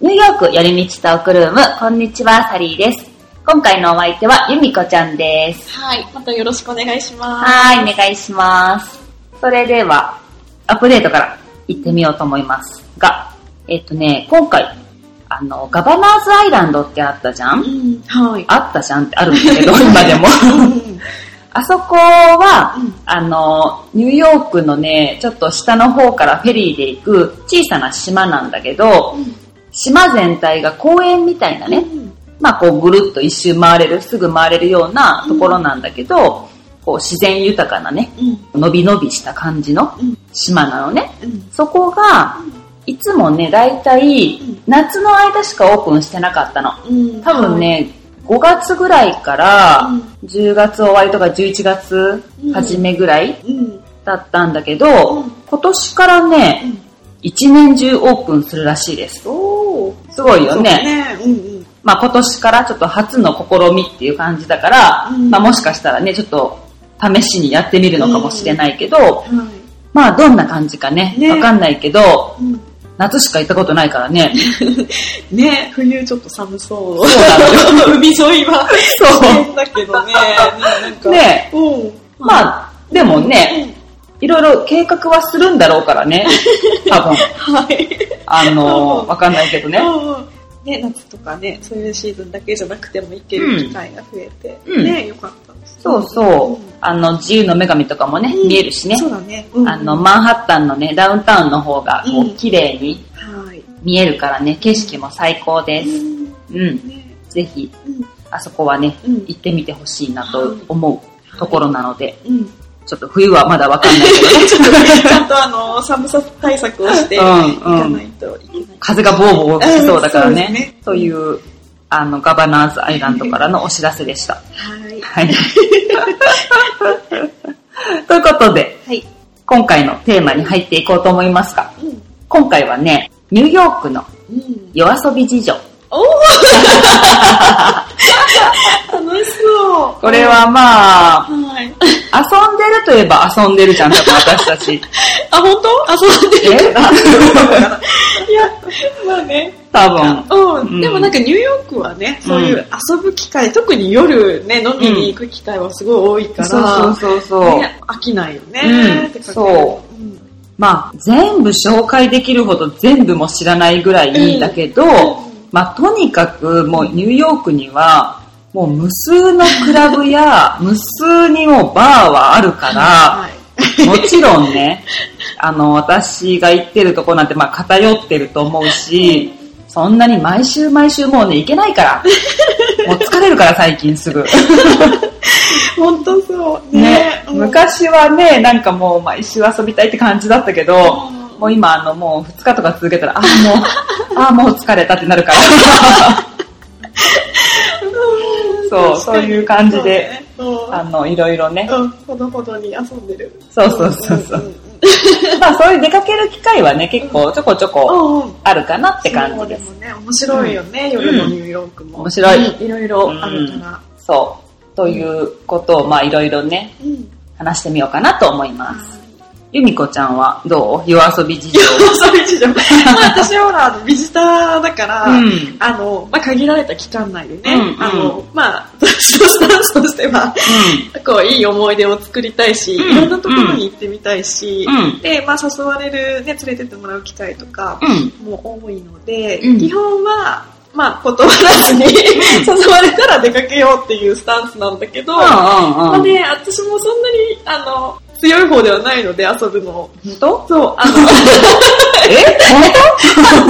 ニューヨーク寄り道トークルーム、こんにちは、サリーです。今回のお相手は、ゆみこちゃんです。はい、またよろしくお願いします。はーい、お願いします。それでは、アップデートから行ってみようと思いますが、えっとね、今回、あの、ガバナーズアイランドってあったじゃんうん、はい。あったじゃんってあるんだ けど、今でも。あそこは、うんあの、ニューヨークのね、ちょっと下の方からフェリーで行く小さな島なんだけど、島全体が公園みたいなね、まあこうぐるっと一周回れる、すぐ回れるようなところなんだけど、こう自然豊かなね、うん、のびのびした感じのうん、島なのね。うん、そこが、いつもね、だいたいうん夏の間しかオープンしてなかったの。うん。多分ね、5月ぐらいからうん、 10月終わりとか11月初めぐらいはい。うん、だったんだけど、うん今年からうね、ん。一年中オープンするらしいです。おー。すごいよね。ね。うん、うん。まあ今年からちょっと初の試みっていう感じだから、うんまあもしかしたらね、ちょっと試しにやってみるのかもしれないけど、はまあどんな感じかね、ねわかんないけど、い。うん。夏しか行ったことないからね、ね、冬ちょっと寒そう。そうな 海沿いは、そう危険だけどね。ねなんか。ねうん。あ、まあでもね、いろいろ計画はするんだろうから ね、多分。はい。あうの、んわかんないけどね。うんうんね、夏とかね、そういうシーズンだけじゃなくても行ける機会が増えて、うんね、よかったです。そうそう。あの、自由の女神とかもね、うん見えるしね。そうだね。うんあの、マンハッタンのね、ダウンタウンの方が、こうう、ん綺麗にはい。見えるからね、景色も最高です。うん。ねぜひ、うんあそこはね、うん行ってみてほしいなと思うところなので、 うん。ちょっと冬はまだわかんない けどね、ちゃんとあの、寒さ対策をしていうんうんかないといけない。風がボーボー吹きそうだからうんそうですねね、という、あの、ガバナーズアイランドからのお知らせでした。はい。はい。 ということで、はい。今回のテーマに入っていこうと思いますが、うん。今回はね、ニューヨークのうん。夜遊び事情。おお楽しそう。これ。はまあ、はい。遊んでるといえば遊んでるじゃん、多分私た ち。あ、本当遊んでるえ いや、まあね。多分。うん、でもなんかニューヨークはね、そういう遊ぶ機会、特に夜ね、飲みに行く機会はすごい多いから、そうそうそうそう。ね、飽きないよね、うんって感じそうん。まあ、全部紹介できるほど全部も知らないぐらいだけど、まあ、とにかくもうニューヨークには、もう無数のクラブや、無数にもうバーはあるから、はい。もちろんね、あの、私が行ってるとこなんて、まあ、偏ってると思うし、そんなに毎週毎週もうね、行けないから。もう疲れるから、最近すぐ。本当そう。ね。ね、うん昔はね、なんかもう毎週遊びたいって感じだったけど、うんもう今あのもう2日とか続けたら、あーもう、あーもう疲れたってなるから。そう、そういう感じで、そうね。うんあの、いろいろね。うん、ほどほどに遊んでる。そうそうそうそうんんん。まあそういう出かける機会はね、結構ちょこちょこうんうん。あるかなって感じでそうす。もね、面白いよね、夜のニューヨークも。面白いうんいろいろあるから。そう。ということを、まあいろいろね、うん。話してみようかなと思います。ゆみこちゃんはどう夜遊び事情。そうい う事情。まあ私はほら、あのビジターだから、うんあの、まあ限られた期間内でね、うんうんあの、まあ 私のスタンスとしては、こう、いい思い出を作りたいし、うんいろんなところに行ってみたいし、うんで、まあ誘われる、ね、連れてってもらう機会とかうん。うん。も多いので、うん基本は、まあ断らずに 誘われたら出かけようっていうスタンスなんだけど、うんまうんうあん。ね、私もそんなに、あの、強い方ではないので遊ぶの。本当そう、あの、え本当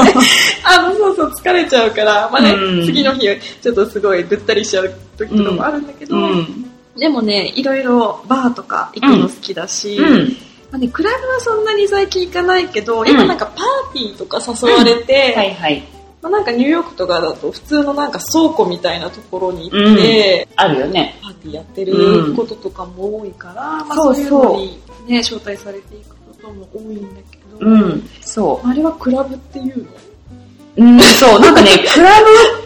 あの、そうそう、疲れちゃうから、まあね、うん次の日、ちょっとすごいぐったりしちゃう時とかもあるんだけど、うん。でもね、いろいろバーとか行くの好きだし、うん。まあね、クラブはそんなに最近行かないけど、ん今なんかパーティーとか誘われて、はいはい。まあ、なんかニューヨークとかだと普通のなんか倉庫みたいなところに行って、あるよね。パーティーやってることとかも多いから、まあそうそういうのそうにね、招待されていくことも多いんだけど、うん。そあれはクラブっていうのう。うん、そう。なんかね、 クラ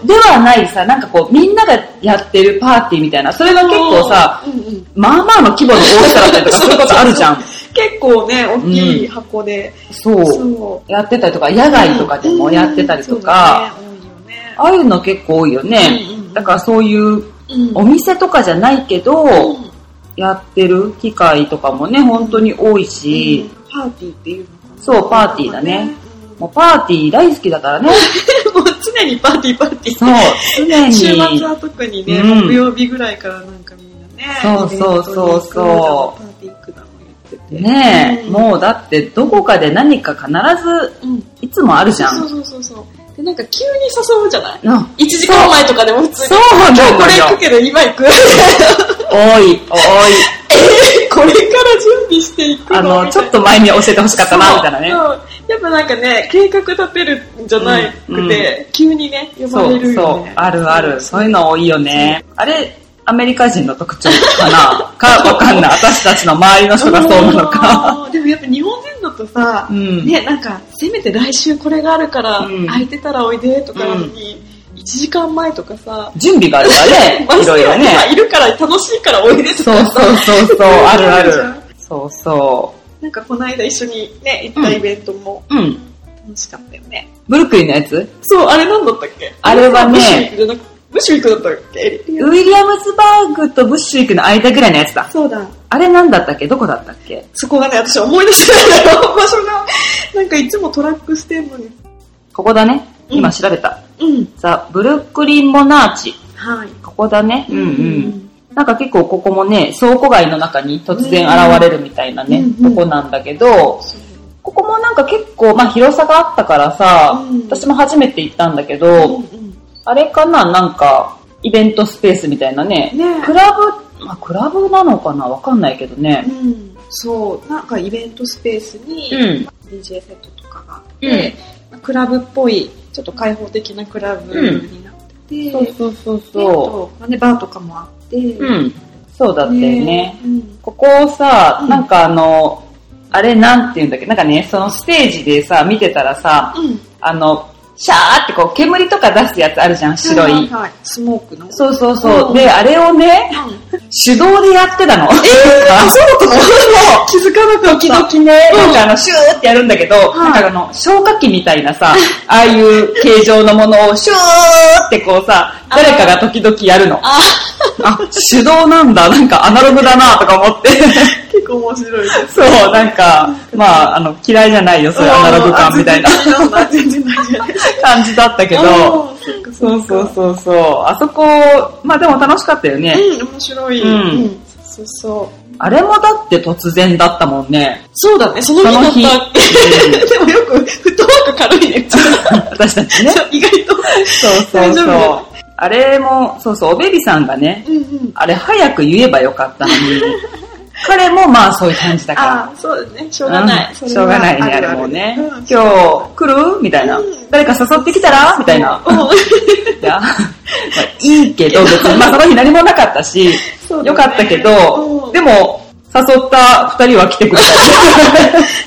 ブではないさ、なんかこう、みんながやってるパーティーみたいな、それが結構さ、、うんうんまあまあの規模の大きさだったりとか、そういうことあるじゃん。結構ね、大きい箱で、そう。そう。やってたりとか、野外とかでもやってたりとか、うん、ああいうの結構多いよね。うんうんだからそういううんお店とかじゃないけど、うんやってる機会とかもね、本当に多いし、パーティーっていうのかなそうパーティーだね。うんもうパーティー大好きだからね。 もう常にパーティーパーティー。そう、常に。週末は特にね、うん木曜日ぐらいからなんかみんなね、。そうそうそうそうパーティー行くだの言ってて。ねえ、うんもうだってどこかで何か必ずうん。いつもあるじゃん。そうそうそうそう。で、なんか急に誘うじゃないうん ?1 時間前とかでも普通に。そうなのよ今日これ行くけど今行く おい、 おい、これから準備していくあの、ちょっと前に教えてほしかったな、みたいなね。そうそうやっぱなんかね、計画立てるんじゃなくて、うんうん急にね、呼ばそれるよ、うね。そう、あるある。そういうの多いよね。あれ、アメリカ人の特徴かなか、わかん ない。私たちの周りの人がそうなのか。あー。でもやっぱ日本人だとさ、うんね、なんか、せめて来週これがあるから、うん空いてたらおいでとかなのに、1時間前とかさ、準備がある からね。いろいろね。今いるから楽しいからおいでとそうかそうそうそう、あるある。そうそなんかこの間一緒にね、行ったイベントもう。うん。楽しかったよね。ブルックリンのやつそう、あれなんだったっけあれはね、ブッシュウィークじゃなくブッシュウィークだったっけエリアウィリアムズバーグとブッシュ行くの間ぐらいのやつだ。そうだ。あれなんだったっけどこだったっけそこがね、私思い出して ないんだよ、場所が。なんかいつもトラックステンドに。ここだね。うん今調べた。うん。ザ・ブルックリン・モナーチ。はい。ここだね。うんうん。ん。なんか結構ここもね、倉庫街の中に突然現れるみたいなね、うんうんとこなんだけど、ここもなんか結構、まあ広さがあったからさ、うん私も初めて行ったんだけうど、んうんあれかななんか、イベントスペースみたいなね、ねクラブ、まあクラブなのかなわかんないけどね。うん、そう、なんかイベントスペースに、うん DJ セットとかがあって、クラブっぽい、ちょっと開放的なクラブになってて、そうそうそうであそとまあね、バーとかもあって、う。うん。そうだったよね。うんここをさう、んなんかあの、あれなんて言うんだっけ、なんかね、そのステージでさ、見てたらさ、うんあの、シャーってこう、煙とか出すやつあるじゃん、白はいい。はいはいスモークの。そうそうそうう。んで、あれをね、うん手動でやって たの。えー、そうと気づかなかった。時々ね、なんかあの、シューってやるんだけど、いなんかあの、消火器みたいなさ、ああいう形状のものをシューってこうさ、誰かが時々やるの。ああ、手動なんだ、なんかアナログだなとか思って。結構面白いで す。そう、なんか、まあ、あの、嫌いじゃないよ、そういうアナログ感みたいなうん。あ全然大丈夫。感じだったけど、あーそっかそそうっかそうそうそう、あそこ、まあでも楽しかったよね。うん、面白い。うんうんそうそう。あれもだって突然だったもんね。 そうだね、その日だった。 でもよく、フットワーク軽いね。私たちね。意外と。そうそう大丈夫だそうよ。あれも、そうそう、おべびさんがね、うんうん。あれ早く言えばよかったのに、彼もまあそういう感じだから。ああ、そうだね。しょうがない。うんしょうがないね、あそれれはもねうん。今日来るみたいなうん。誰か誘ってきたらみたい な。うんい や、まあいいけど、別に、まあその日何もなかったし、そうだねよかったけど、うんでも、誘った二人は来てくれ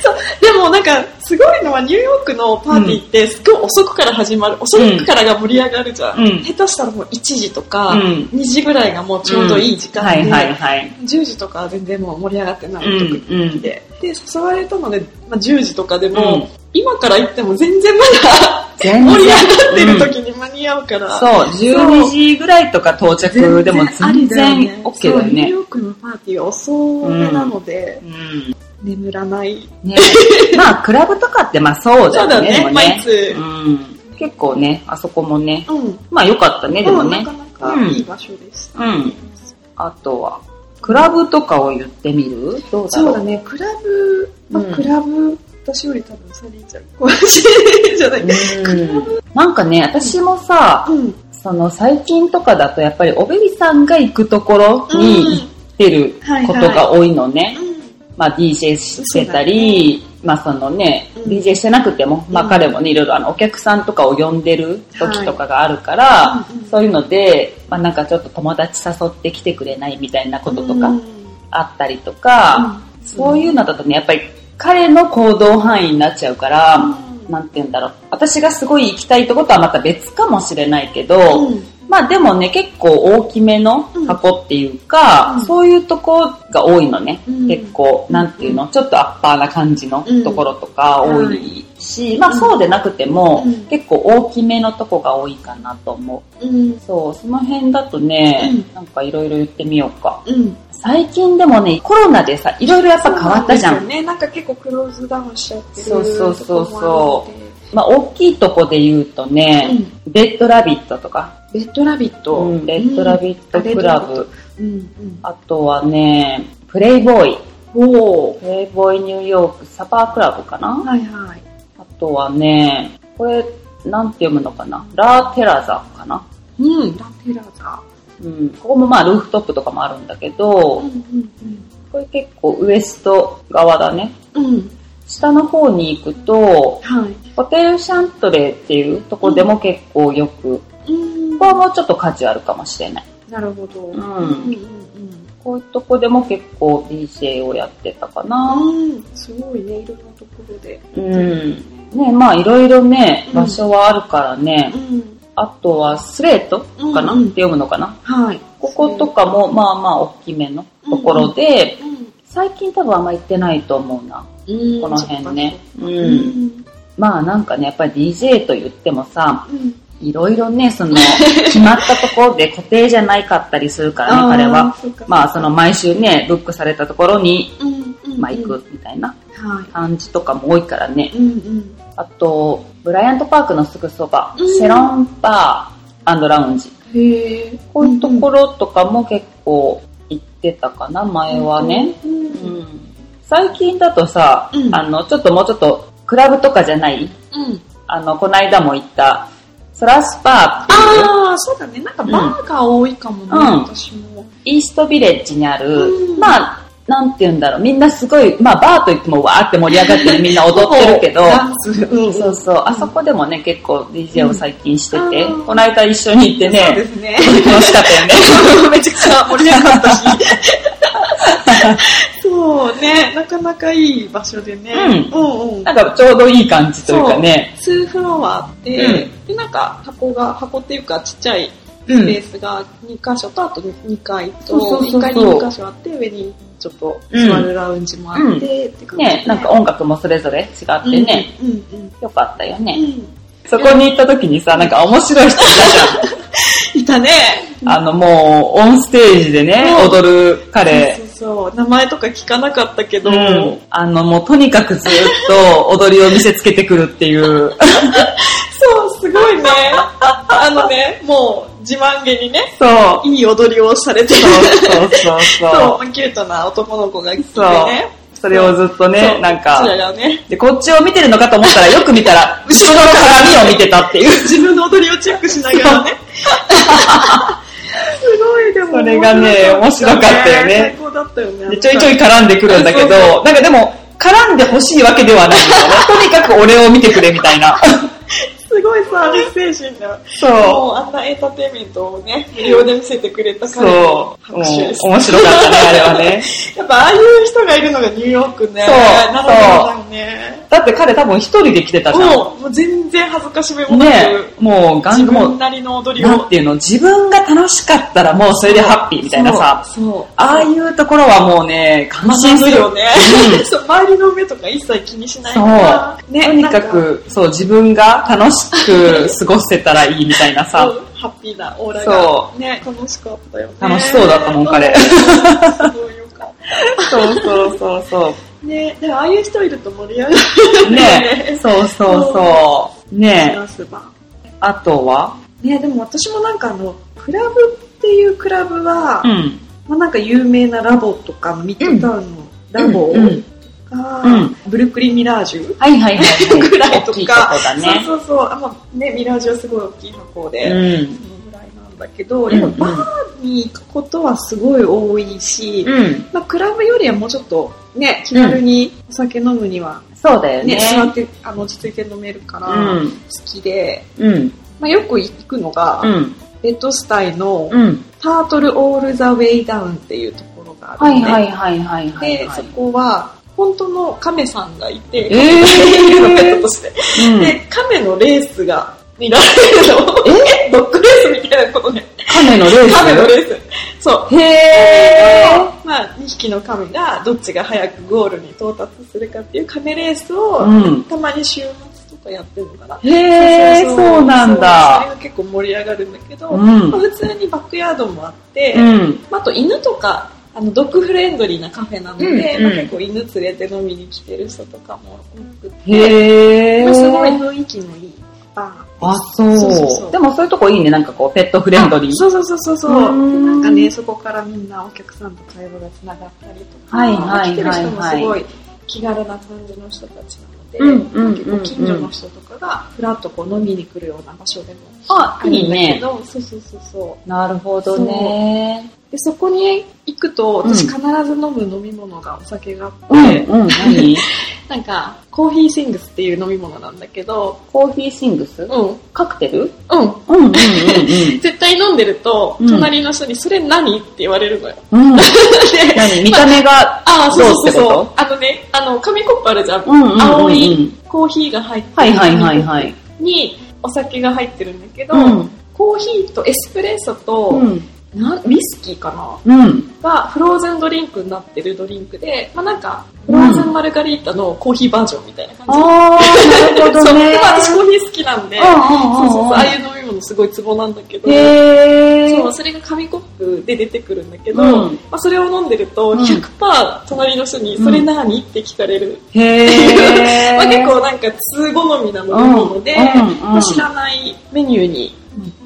そうでもなんか、すごいのはニューヨークのパーティーって、すごい遅くから始まる。遅くからが盛り上がるじゃん。うん下手したらもう1時とか、うん2時ぐらいがもう ちょうどいい時た。間はで、いはいはい。 10時とかは全然もう盛り上がってなうい時んうん。で、で、誘われたので、まあ、10時とかでも、うん今から行っても全然まだ全盛り然上がっうんてる時に間に合うから。そう、12時ぐらいとか到着でも全然 OK だよそうニューね。ヨークのパーティーは遅めなので、うん眠らない。ね、 まあ、クラブとかってまあそうだよね。そうだねでもまあいつうん、結構ね、あそこもね、うん。まあ良かったね、でもうねん。なかなかいい場所でした。うんあとは、クラブとかを言ってみるどうだろそううだね、クラブ、まあうんクラブ、私より多分サリーちゃん詳しいんじゃないか。うんなんかね、私もさ、うん。その最近とかだとやっぱりおべりさんが行くところに行ってることが多いのね。まあ DJ してたり、まあそのね、うん DJ してなくても、まあうん彼もね、いろいろあのお客さんとかを呼んでる時とかがあるから、うんうんそういうので、まあなんかちょっと友達誘ってきてくれないみたいなこととかうんあったりとか、うんそういうのだとね、やっぱり彼の行動範囲になっちゃうから、うんなんて言うんだろう。私がすごい行きたいとことはまた別かもしれないけど、うんまあでもね、結構大きめの箱っていうか、うんそういうとこが多いのね。うん結構、なんていうの、ちょっとアッパーな感じのところとか多いし、まあそうでなくても、うん結構大きめのとこが多いかなと思う。うん。そう、その辺だとね、うんなんかいろいろ言ってみようか。うん。最近でもね、コロナでさ、いろいろやっぱ変わったじゃん。そうですよね。なんか結構クローズダウンしちゃってる。。そうそうそうそうまあ大きいとこで言うとね、レッドラビットとか、レッドラビット。うんレッドラビットクラブ、うん。うん。あとはね、プレイボーイ。おー。プレイボーイニューヨークサパークラブかな、はいはい。あとはね、これ、なんて読むのかなラーテラザかなうん。ラテラザ。うん。ここもまあ、ルーフトップとかもあるんだけど、んこれ結構ウエスト側だね。うん。うん。下の方に行くと、はい。ホテルシャントレーっていうとこでも結構よく、うんここはもうちょっと価値あるかもしれない。なるほど。うんうんこういうとこでも結構 DJ をやってたかな。うんうん。すごいね、いろんなところで。うん。ね、まあいろいろね、うん場所はあるからね、うん。あとはスレートかな、うんうんって読むのかなはい。こことかもまあまあ大きめのところで、うん。最近多分あんま行ってないと思うな、うんこの辺ね。。う。うんん。まあなんかね、やっぱり DJ と言ってもさ、うん。いろいろね、そ の、決まったところで固定じゃないかったりするからね、彼は。ー。まあその毎週ね、ブックされたところに、うんうんうんまあ行くみたいなは感じとかも多いからねい。。うんうん。あと、ブライアントパークのすぐそば、うんシェロンバーラウンジ。へえ。こういうところとかも結構行ってたかな、前はね。うんううん。ん最近だとさ、うんあの、ちょっともうちょっと、クラブとかじゃないうん。あの、こないだも行った、ソラスパーク、ああ、そうだね。なんかバーが多いかもね、うん私も。イーストビレッジにある、うんまあ、なんて言うんだろう、みんなすごい、まあ、バーといってもわーって盛り上がってみんな踊ってるけど、ダンス。うそそうそう、あそこでもね、結構 DJ を最近してて、うんこないだ一緒に行ってうでね、すね。楽しかったよね。 めちゃくちゃ盛り上がったし。そうね、なかなかいい場所でね。ううんう んなんかちょうどいい感じというかね、数フロアあって、うで、なんか箱が、箱っていうかちっちゃいうんスペースが2箇所と、あと2階そと、うそうそうそう1階に2箇所あって、上にちょっと座るラウンジもあって、うんって感じでね、なんか音楽もそれぞれ違ってね、、うんうんよかったようんうね。ん。そこに行った時にさ、なんか面白い人いたじいたね。ゃん。あの、もう、オンステージでね、うん踊る彼そ。うそうそう。名前とか聞かなかったけうど、ん。あの、もう、とにかくずっと踊りを見せつけてくるっていう。そう、すごいね。あのね、もう自慢げにね、そう。いい踊りをされてる。そうそうそ、そうキュートな男の子が来てう。そうね。。それをずっとそね、うなんこちらか、がね、で、こっちを見てるのかと思ったら、よく見たら、後ろの鏡を見てたっていう。自分の踊りをチェックしな がらね。すごい、でも。それがね面白かったよね最高だったよね。でちょいちょい絡んでくるんだけど、なんかでも、絡んでほしいわけではないんだ よね。とにかく俺を見てくれみたいな。すごいサービス精神が。そうもうあんなエンターテインメントをね、無料で見せてくれたそ彼う。のうん拍手面です。白かったね、あれは ね。やっぱああいう人がいるのがニューヨークね。そうなるほどね。だって彼多分一人で来てたじゃもう、もう全然恥ずかしめもん。なく、ねもうガ自ンも分う、なりの踊りを。なんていうの、自分が楽しかったらもうそれでハッピーみたいなさ。そう。そうああいうところはもうね、感心学すぶるよね。 そう周りの目とか一切気にしないそうから。。ねとにか。く、そう、自分が楽しく過ごせたらいいみたいななんかさう。んハッピーなオーラそが。ね、楽しかったよね。楽しそうだったもん彼うん すごいよかっそうそうそうそう。た。ね、でもああいう人いると盛り上がる。ねそうそうそう。ねダンスバあとはーね、でも私もなんかあの、クラブっていうクラブは、ん。まあ、なんか有名なラボとかミッドタウンのラボうんうんが、うんブルックリンミラージュはいはい はい。ぐらいと大きいとこかだね。そうそうそうあ、まあね、ミラージュはすごい大きい箱で、うん。そのぐらいなんだけど、んでもバーに行くことはすごい多いし、うん。まあ、クラブよりはもうちょっとね気軽にお酒飲むには、そうだよねね。座ってあの落ち着いて飲めるから好うん。きで、うん。まあ、よく行くのが、うん。ベッドスタイの、うん。タートルオールザウェイダウンっていうところがあはるいので、はいはいはいはい。で、そこは、本当の亀さんがい て、えー亀ペットとして。 うんで、亀のレースが見られるの。え ドッグレースみたいなことね。亀のレース亀のレース。そう。へー。まあ、2匹の亀がどっちが早くゴールに到達するかっていう亀レースを、うん。たまに週かやってるのかな。へえ、そうなんそうそれだ。が結構盛り上がるんだけど、うんまあ普通にバックヤードもあって、うん。まああと犬とか、あの、ドッグフレンドリーなカフェなので、うんまあうん結構犬連れて飲みに来てる人とかも多くて、へえ。まあすごい雰囲気のいいバー。あ、そそうそうそうう。でもそういうとこいいね。なんかこう、ペットフレンドリー。そうそうそうそうそううでんなんかねそこからみんなお客さんと会話がつながったりとか、はいはい来てる人もすごはい気軽な感じの人たちなので、うんうんうんうん結構近所の人とかがふらっとこう飲みに来るような場所でもああるんだけ。ど、そうそうそうそなるほどね。うでそこに行くとうん私必ず飲む飲み物がお酒があって、うん、うん、何なんかコーヒーシングスっていう飲み物なんだけどコーヒーシングスうんうんカクテルうん、うん、うん、絶対飲んでると、うん隣の人に「それ何?」って言われる のよ。うん。うん。で何見た目が、ああ、そうそうそうどそうってう。あのね、あの、紙コップあるじゃん。うんうんうんうん青いコーヒーが入ってる。はいはいはいはい。に、お酒が入ってるんだけど、うんコーヒーとエスプレッソと、うん。なウイスキーかなうん。がフローズンドリンクになってるドリンクで、まあなんか、フローズンマルガリータのコーヒーバージョンみたいな感じ。あー、なるほ そどう、ねで。も私コーヒー好きなんで、そうそうそう、ああいうう。飲み物すごいツボなんだけど、へそーう、。それが紙コップで出てくるんだけど、うんまあ、それを飲んでるとうん100%隣の人に「それ何?」って聞かれる、へー。まあ、結構なんか通好みな飲み物で、うんうんまあ、知らないメニューに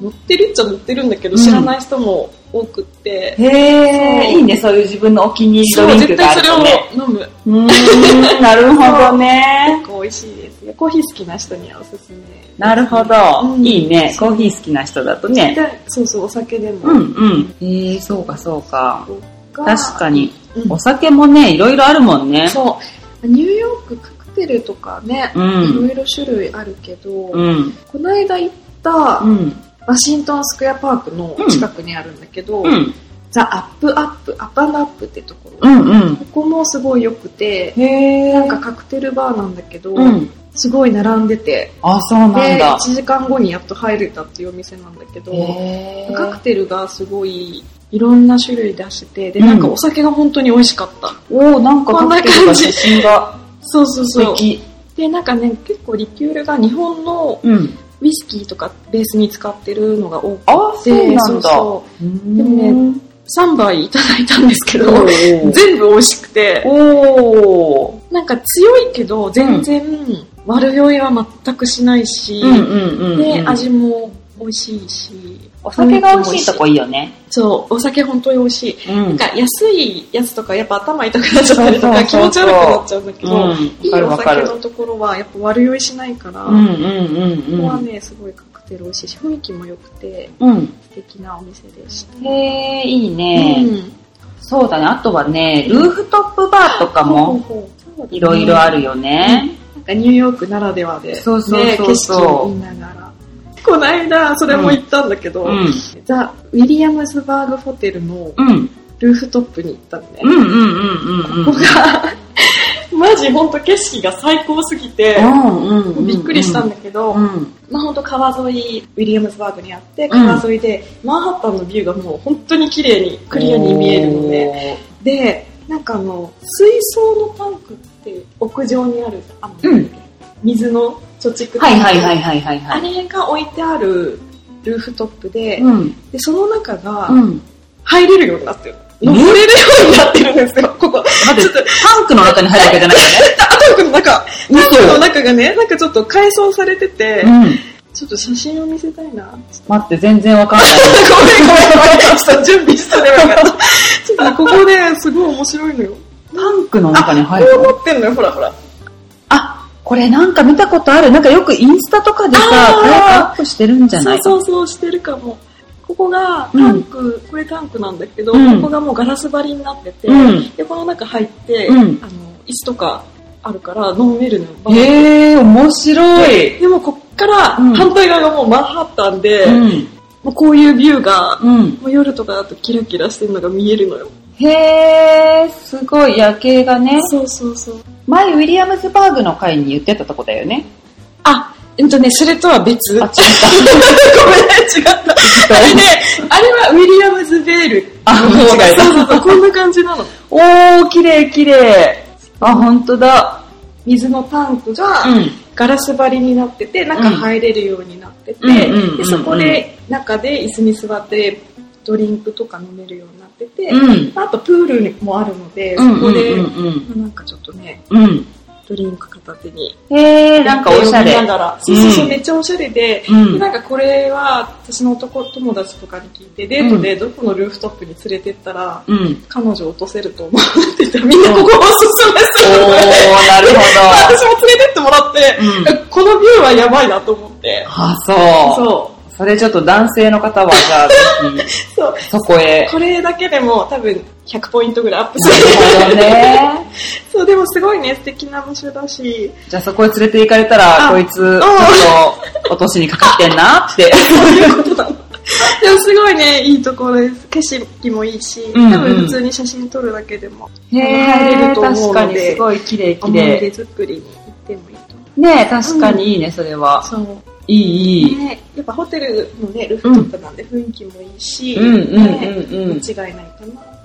載ってるっちゃ載ってるんだけど、うん知らない人も多くって、へそー。いういね、そういう自分のお気に入りそドうリン絶クがあ対そるれとをね。飲むうーん、なるほどね。結構美味しいですよコーヒー好きな人にはおすすめなるほどう。んいいね。コーヒー好きな人だとね。でそうそうお酒でも、うんうん。えー、そうかそうか。が確かに。うんお酒もね、いろいろあるもんね。そうニューヨークカクテルとかね、ういろん。いろ種類あるけど、うん。この間行ったうん。ワシントンスクエアパークの近くにあるんだけど、うん。ザ・アップアップ、アップアンドアップってところ。うこんうん。こもすごい良くて、へなんかカクテルバーなんだけど、うん。すごい並んでて、あ、そうなんで、だ1。時間後にやっと入れたっていうお店なんだけど、へカクテルがすごいいろんな種類出してて、で、なんかお酒が本当に美味しかった。おおなんかこんなカ感クじテルが写真がそうそう素そう。敵。で、なんかね、結構リキュールが日本のうん。ウイスキーとかベースに使ってるのが多くて、あ、そうなんだ。そうででも3杯いただいたんですけど、おー全部美味しくて、おーなんか強いけど、全然悪酔いは全くしないし、うんうんうん。で、うん味も美味しいし、お酒が美味しいとこいいよね。そう、お酒本当に美味しい。うんなんか安いやつとかやっぱ頭痛くなっちゃったりとか気そう持そうそうち悪くなっちゃうんだうけど、ん。わいいかるおわか酒る。のところはやっぱ悪酔いしないから、うんうんうここんはね、すごいカクテル美味しいし、雰囲気も良くて、うん。うん。素敵なお店でした。へえ、いいうんね。そうだね。あとはね、ルーフトップバーとかほうもほうそうだねいろいろあるよね。なんかニューヨークならではで、そうそうそうね景色を見ながら。この間、それも行ったんだけど、うん。ザ・ウィリアムズバーグホテルのうん。ルーフトップに行ったのね。うんうんうんうんうん。ここが、マジほんと景色が最高すぎて、うんうんうん。びっくりしたんだけど、うん。まあほんと川沿い、ウィリアムズバーグにあって、ん川沿いで、マンハッタンのビューがもう本当に綺麗にクリアに見えるので、ね。で、なんかあの、水槽のタンクって屋上にある、あの、うん水の貯蓄はタンいクはいはいはいはいはあい。れが置いてあるルーフトップで、うん。でその中がうん。入れるようになってる。え登れるようになってるんですよ、ここ。待って、タンクの中に入るわけじゃない あ、タンクの中、タンクの中がね、なんかちょっと改装されてて、よね。うん。ちょっと写真を見せたいな。ごめん待って、全然わかんない。ごめんごめん、ちょっと準備してればよかった。ちょっとね、ここね、すごい面白いのよ。タンクのあ、中に入こるう持ってんのよ、ほらほら。あ、これなんか見たことある。なんかよくインスタとかでさ、あー誰かアップしてるんじゃそなういそうそう、してるかも。ここがタンク、これタンクなんだけど、うんここがもうガラス張りになってて、うんで、この中入って、うんあの、椅子とかあるから飲めるのよ。バーってへえ、面白い。でもこっからうん反対側がもうマンハッタンで、うん。もうこういうビューが、うん。もう夜とかだとキラキラしてるのが見えるのよ。へえ、すごい夜景がね。そうそうそう。前、ウィリアムズバーグの会に言ってたとこだよね。あ、えっとね、それとは別。ごめん、違あ、っ。違った た。あ れね、あれはウィリアムズ・ベール。あ間違えたそうそうそう、こんな感じなの。おー、綺麗綺麗。あ、本当だ。水のタンクがうんガラス張りになってて、中入れるようになってて、うんうんうんでそこで中で椅子に座ってドリンクとか飲めるようになってて、うんあとプールもあるので、うんそこで、うんうんなんかちょっとね、うんうんドリンク片手に。へえなんかおしゃれ飲みながらそうそうそう、うんめっちゃおしゃれで、うんでなんかこれは私の男友達とかに聞いて、デートでどこのルーフトップに連れてったら、うん彼女落とせると思うって言ったら、みんなここをおすすめするのねおーなるほど私も連れてってもらって、このビューはやばいなと思って。あそうそそれちょっと男性の方はじゃあぜう。そう。ひ そこへこれだけでも多分100ポイントぐらいアッ プなるすほどる。ねそう、でもすごいね、素敵な場所だし、じゃあそこへ連れて行かれたらあこいつちょっと落としにかかってんなってそういうことだ。でもすごいね、いいところです。景色もいいし、うんうん多分普通に写真撮るだけで も、へ入れえると思確うかのにすで、ごい綺麗綺思い出麗作りに行ってもいいと思う。ねえ確かにいいねそれはそう。いいいいね、やっぱホテルのね、ルーフトップなんで雰囲気もいいし、うんうんねうんうん間違いないか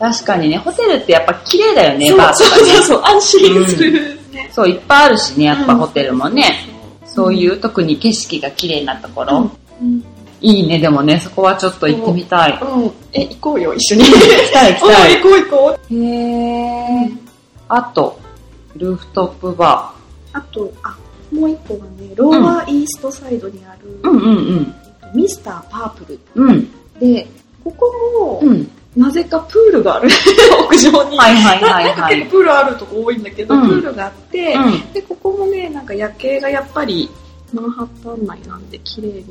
な。確かにねホテルってやっぱ綺麗だよねそうバーとかそうねそうそう、安心するね。そういっぱいあるしねやっぱホテルもねうんそういう特に景色が綺麗なとこうろん。うん。いいねでもねそこはちょっと行ってみたいうんえ、行こう よ、一緒に。行きたい行 おきたい行こう行こう。へえ。あと、ルーフトップバあと、あ、もう一個がね、ローワーイーストサイドにある、ー。うんうんミスターパープル。うん。うん。で、ここも、うん。なぜかプールがある。屋上に。はいはいなはないんかはい結構。プールあるとこ多いんだけど、うんプールがあって、うんで、ここもね、なんか夜景がやっぱり、マンハッタン内なんで綺麗に見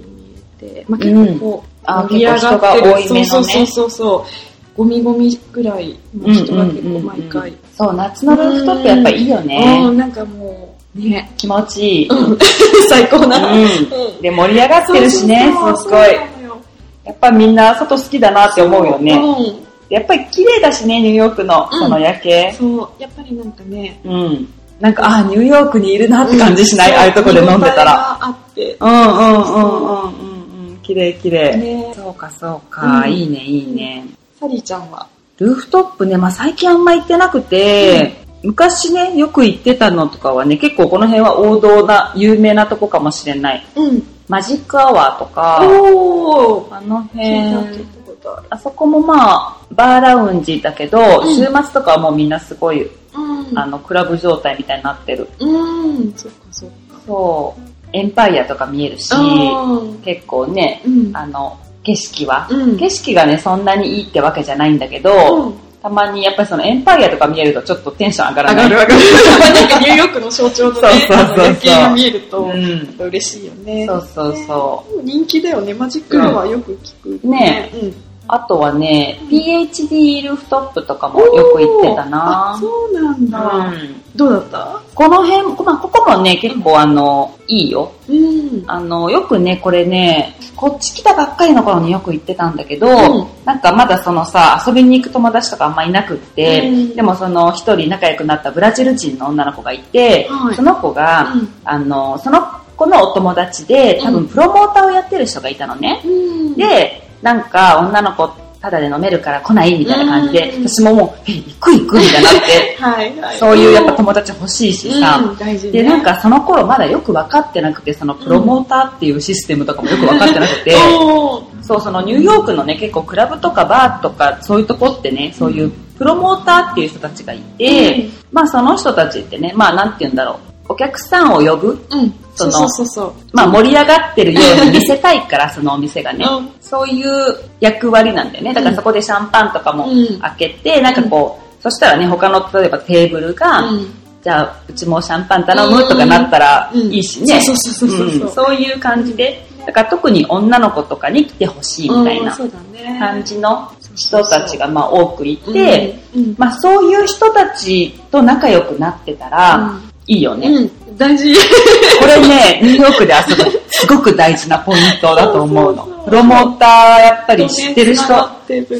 えて、まあ、結構こう、あ盛り上がって結構人が多る。いめのねそうそうそうそう。ゴミゴミぐらいの人が結構毎回。うそう、夏のルーフトップやっぱいいよね。んなんかも う、ね、気持ちいい。う最高な。うんん。で、盛り上がってるしね、そうすそっごい。うそうそうなのよやっぱみんな外好きだなって思うよね。うんやっぱり綺麗だしね、ニューヨークのうんその夜景。そう、やっぱりなんかね、うん。なんか、ああ、ニューヨークにいるなって感じしない、んああいうとこで飲んでたら。。そう見応えがあって、うんうんうんうんうんうん。綺麗綺麗。ね、そうかそうか。うんいいねいいね。サリーちゃんは。ルーフトップね、まあ、最近あんま行ってなくて、昔ね、よく行ってたのとかはね、結構この辺は王道な、有名なとこかもしれない。うん。マジックアワーとか、おー。あの聞い辺、たことある。あそこもまあ、バーラウンジだけど、うん週末とかはもうみんなすごい、うんあの、クラブ状態みたいになってる。うん、そっかそっか。そう、エンパイアとか見えるし、うん結構ね、うん。あの、景色は、うん景色がね、そんなにいいってわけじゃないんだけど、うんたまにやっぱりそのエンパイアとか見えるとちょっとテンション上がら上ない。がる上がる。なんかニューヨークの象徴のね、そうそうそうそうあの夜景が見えると、やうんっ。ぱ嬉しいよね。そうそうそでも人気だよね、マジックアワーよく聞く。ねうん。よう。あとはね、PhD ルーフトップとかもよく行ってたな。そうなんだ。うんどうだったこの辺、まあ、ここもね、結構あの、いいよ。うん。あの、よくね、これね、こっち来たばっかりの頃によく行ってたんだけど、うんなんかまだそのさ、遊びに行く友達とかあんまいなくって、うんでもその一人仲良くなったブラジル人の女の子がいて、はいその子が、うんあの、その子のお友達で、多う分んプロモーターをやってる人がいたのね。うん、で、なんか女の子ただで飲めるから来ないみたいな感じで、うん私ももう、え、行く行くみたいにな って、はいはい。そういうやっぱ友達欲しいしさ、うん、大事ねで、なん、かその頃まだよく分かってなくて、そのプロモーターっていうシステムとかもよく分かってなくて、おーそう、そのニューヨークのね、結構クラブとかバーとかそういうとこってね、そういうプロモーターっていう人たちがいて、うんまあその人たちってね、まあなんて言うんだろう、お客さんを呼ぶうん。そそのうそうそうそう。まあ盛り上がってるように見せたいから、そのお店がねうん。そういう役割なんだよね。だからそこでシャンパンとかもうん開けて、なんかこう、そしたらね、他の例えばテーブルが、うんじゃあうちもシャンパン頼むとかなったらうんいいしね。そうそうそうそうそううんそういう感じで、だから特に女の子とかに来てほしいみたいうんなそうだね。感じのそう人たちがまあ多くいて、、うんうんまあそういう人たちと仲良くなってたらうんいいよね。うん、大事。これね、ニューヨークで遊ぶ、すごく大事なポイントだと思うそうそうその。うプロモーターやっぱり知ってる人、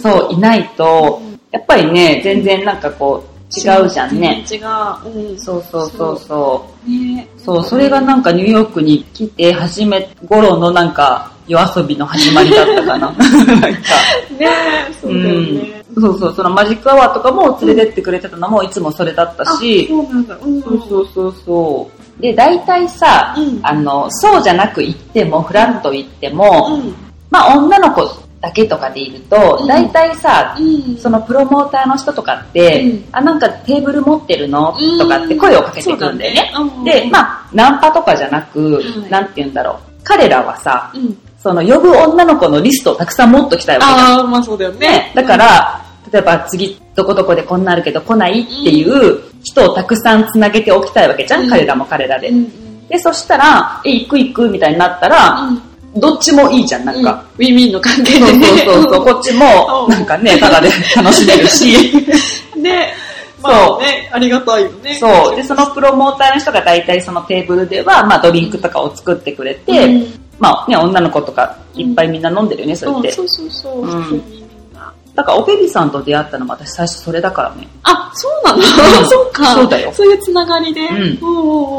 そう、いないと、やっぱりね、全然なんかこう、違うじゃんね。違う。うん、そうそうそうそう。う。ねそう、それがなんかニューヨークに来て初め頃のなんか、夜遊びの始まりだったかな。なんかねえ、そうだよね。そうそう、そのマジックアワーとかも連れてってくれてたのもいつもそれだったあし、そうなんだ。うん。そうそうそうそう。で、大体さ、うんあの、そうじゃなく行っても、フラッと行っても、うん。まあ女の子だけとかでいると、うん大体さ、うんそのプロモーターの人とかって、うんあ、なんかテーブル持ってるのうんとかって声をかけてくるんだよね。そうだねうんで、まあ、ナンパとかじゃなく、はいなんて言うんだろう。彼らはさ、うん。その呼ぶ女の子のリストをたくさん持っときたいわけじゃんああ、まあそうだよねね。、だから、例えば次どこどこでこんなあるけど来ないっていう人をたくさんつなげておきたいわけじゃん、うん彼らも彼らで。うん、で、そしたら、え、行く行くみたいになったら、どっちもいいじゃん、なんか。、ウィンウィンの関係でそうね。そうそうそう、こっちも、うんなんかね、ただで楽しめる し、うんね、まあね、ありがたいよね。そう。で、そのプロモーターの人が大体そのテーブルでは、まあドリンクとかを作ってくれて、うんまあね、女の子とかいっぱいみんな飲んでるよね、そうやっうんてそ。うそうそう。うん普通にみんなだから、オペビさんと出会ったのも私最初それだからね。あ、そうなのうんそうか。そうだよそういうつながりで。ううんうんう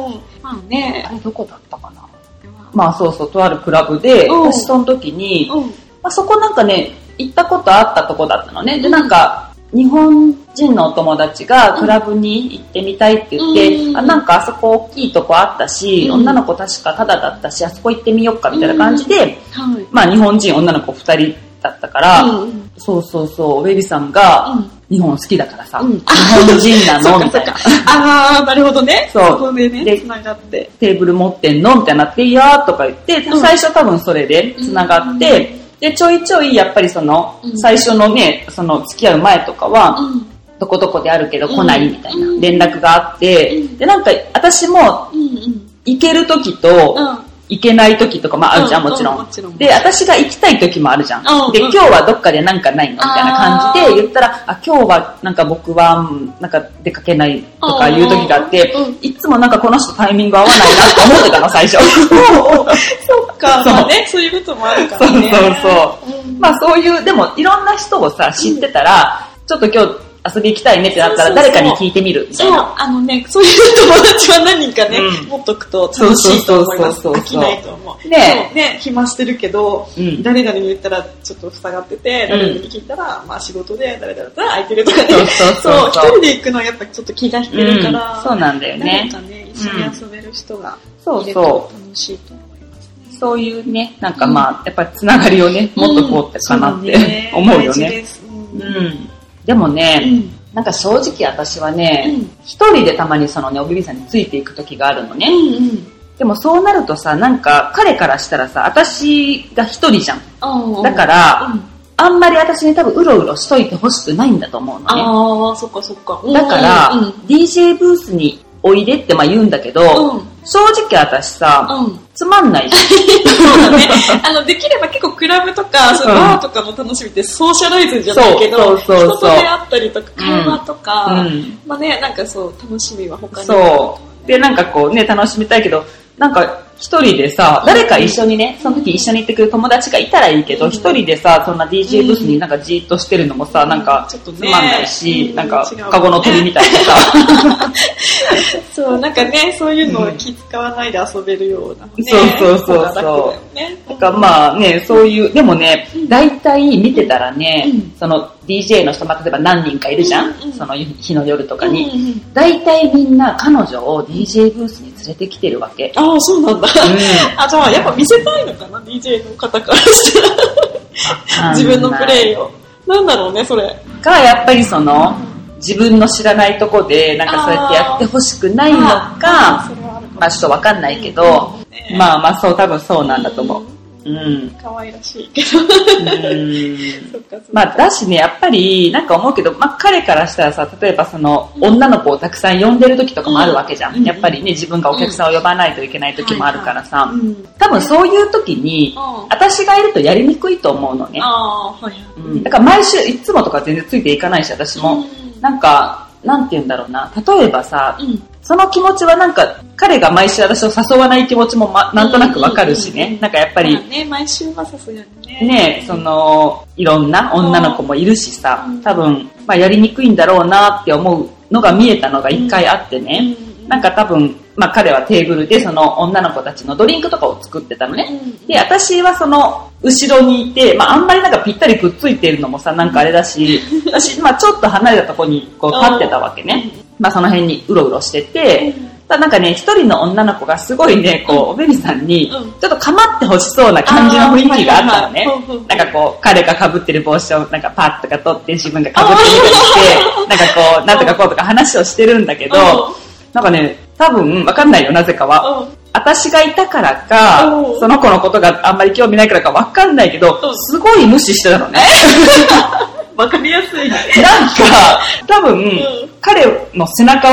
ん。まあねあ。れどこだったかなまあそうそう、とあるクラブで、うん私その時に、うん。まあ、そこなんかね、行ったことあったとこだったのね。で、うんなんか、日本人のお友達がクラブに行ってみたいって言って、うんあなんかあそこ大きいとこあったし、うん女の子確かタダだったし、あそこ行ってみよっかみたいな感じで、はい。まあ日本人女の子2人だったから、うんそうそうそう、ウェビさんが、うん日本好きだからさ、うん日本人なそのっかみそたっいなか。。ああ、なるほどね。そうこでね、でつながって。テーブル持ってんのみたいになって、いやーとか言って、ん最初多分それで繋がって、で、ちょいちょいやっぱりその、うん最初のね、その付き合う前とかは、うん。どこどこであるけど来ないみたいなうん連絡があって、うんで、なんか私もうんうん。行ける時と、うん。行けない時とか、まああるじゃん、うんもちろん。うんもちろんで、私が行きたい時もあるじゃん。うんで、うん今日はどっかでなんかないのみたいな感じあーで言ったら、あ、今日はなんか僕は、うんなんか出かけないとかいう時があって、うんうんいつもなんかこの人タイミング合わないなって思ってたの、最 初。そっか、そうまあね、そういうこともあるかそうらそうね。そう。うんまあそういう、でもいろんな人をさ、知ってたら、ちょっと今日遊び行きたいねってなったらそうそうそ誰うかに聞いてみるみたそ、いうな。あのね、そういう友達は何人かね、うん持っとくと楽しいと思います。そうそうそうそう飽きないと思う。ねそうね、暇してるけど、うん誰々に言ったらちょっと塞がってて、誰々に聞いたら、まあ仕事で誰々だったら空いてるとかね。そうそうそうそう一人で行くのはやっぱちょっと気が引けるから、うんそうなんだよねなんかね、一緒に遊べる人がうんいると楽しいと思います。そういうね、なんかまあ、やっぱりつながりをね、持っとこうってかなって、んそ ね思うよ大事ね。ですううんん。でもね、うんなんか正直私はねうん、一、人でたまにそのね、おびびさんについていく時があるのね。うんうんでもそうなるとさ、なんか彼からしたらさ、私が一人じゃん。だだか、ら、あんまり私に多分うろうろしといてほしくないんだと思うのね。ああ、そっかそっか。だから、うん DJ ブースにおいでってまあ言うんだけど、うん正直私さ、うん。つまんないじ そうだね。あの、できれば結構クラブとか、そのバーとかの楽しみってソーシャライズじゃないけそど、うそうそうそう人と出会ったりとか、会話とゃん。か、 うんまあね、なんかそう、楽しみは他に。そう。で、なんかこうね、楽しみたいけど、なんか一人でさ、誰か一緒にね、その時一緒に行ってくる友達がいたらいいけうど、ん一人でさ、そんな DJ ブースになんかじーっとしてるのもさ、うんなんかちょっつとねまんないし、うんなんか違うもんねカゴの鳥みたいな さ、そう、なんかね、そういうのを気使わないで遊べるような、ね。そうそうそうそう方が楽だよね。なんかまあね、そういう、でもね、大体見てたらねうん、その DJ の人、まあ例えば何人かいるじゃうんうんんその日の夜とかうんうんうにん。大体みんな彼女を DJ ブースに連れてきてるわけ。ああ、そうなんだ。あ、じゃあやっぱ見せたいのかな、DJ の方からしたら。 自分のプレイを。なんだろうね、それ。がやっぱりその自分の知らないとこでなんかそうやってやってほしくないのあーかそれはあるかもまあちょっとわかんないけどうんねまあまあそう多分そうなんだと思ううん、可愛らしいけど。うんそっかそっかまあだしねやっぱりなんか思うけど、まあ、彼からしたらさ例えばその女の子をたくさん呼んでる時とかもあるわけじゃん、うんやっぱりね自分がお客さんを呼ばないといけない時もあるからさ、うん多分そういう時にうん私がいるとやりにくいと思うのねああ、はいはい。うんだから毎週いつもとか全然ついていかないし私も、うんなんかなんて言うんだろうな例えばさ、うんその気持ちはなんか彼が毎週私を誘わない気持ちも、ま、なんとなくわかるしうんうんうねんなんかやっぱまりあね、毎週はさすがにね。ねそのいろんな女の子もいるしさうん多分、まあ、やりにくいんだろうなって思うのが見えたのが一回あってうんね、なんか多分、まあ彼はテーブルでその女の子たちのドリンクとかを作ってたのね。で、私はその後ろにいて、まああんまりなんかぴったりくっついてるのもさ、なんかあれだし、私、まあちょっと離れたとこにこう立ってたわけね。まあその辺にうろうろしてて、ただなんかね、一人の女の子がすごいね、こう、おべみさんに、ちうんょっと構ってほしそうな感じの雰囲気があったのねあーはいはいはいうんうん。なんかこう、彼が被ってる帽子をなんかパッとか取って自分が被ってみたりして、なんかこう、なんとかこうとか話をしてるんだけどうん、なんかね、多分わかんないよ、なぜかは。私がいたからかう、んその子のことがあんまり興味ないからかわかんないけどう、んすごい無視してたのね。わかりやすい。なんか、多分、ん彼の背中